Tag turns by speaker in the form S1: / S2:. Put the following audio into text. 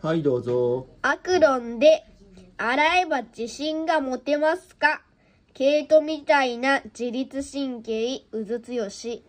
S1: はい、どうぞ。
S2: アクロンで洗えば自信が持てますか毛糸みたいな自律神経うずつよし。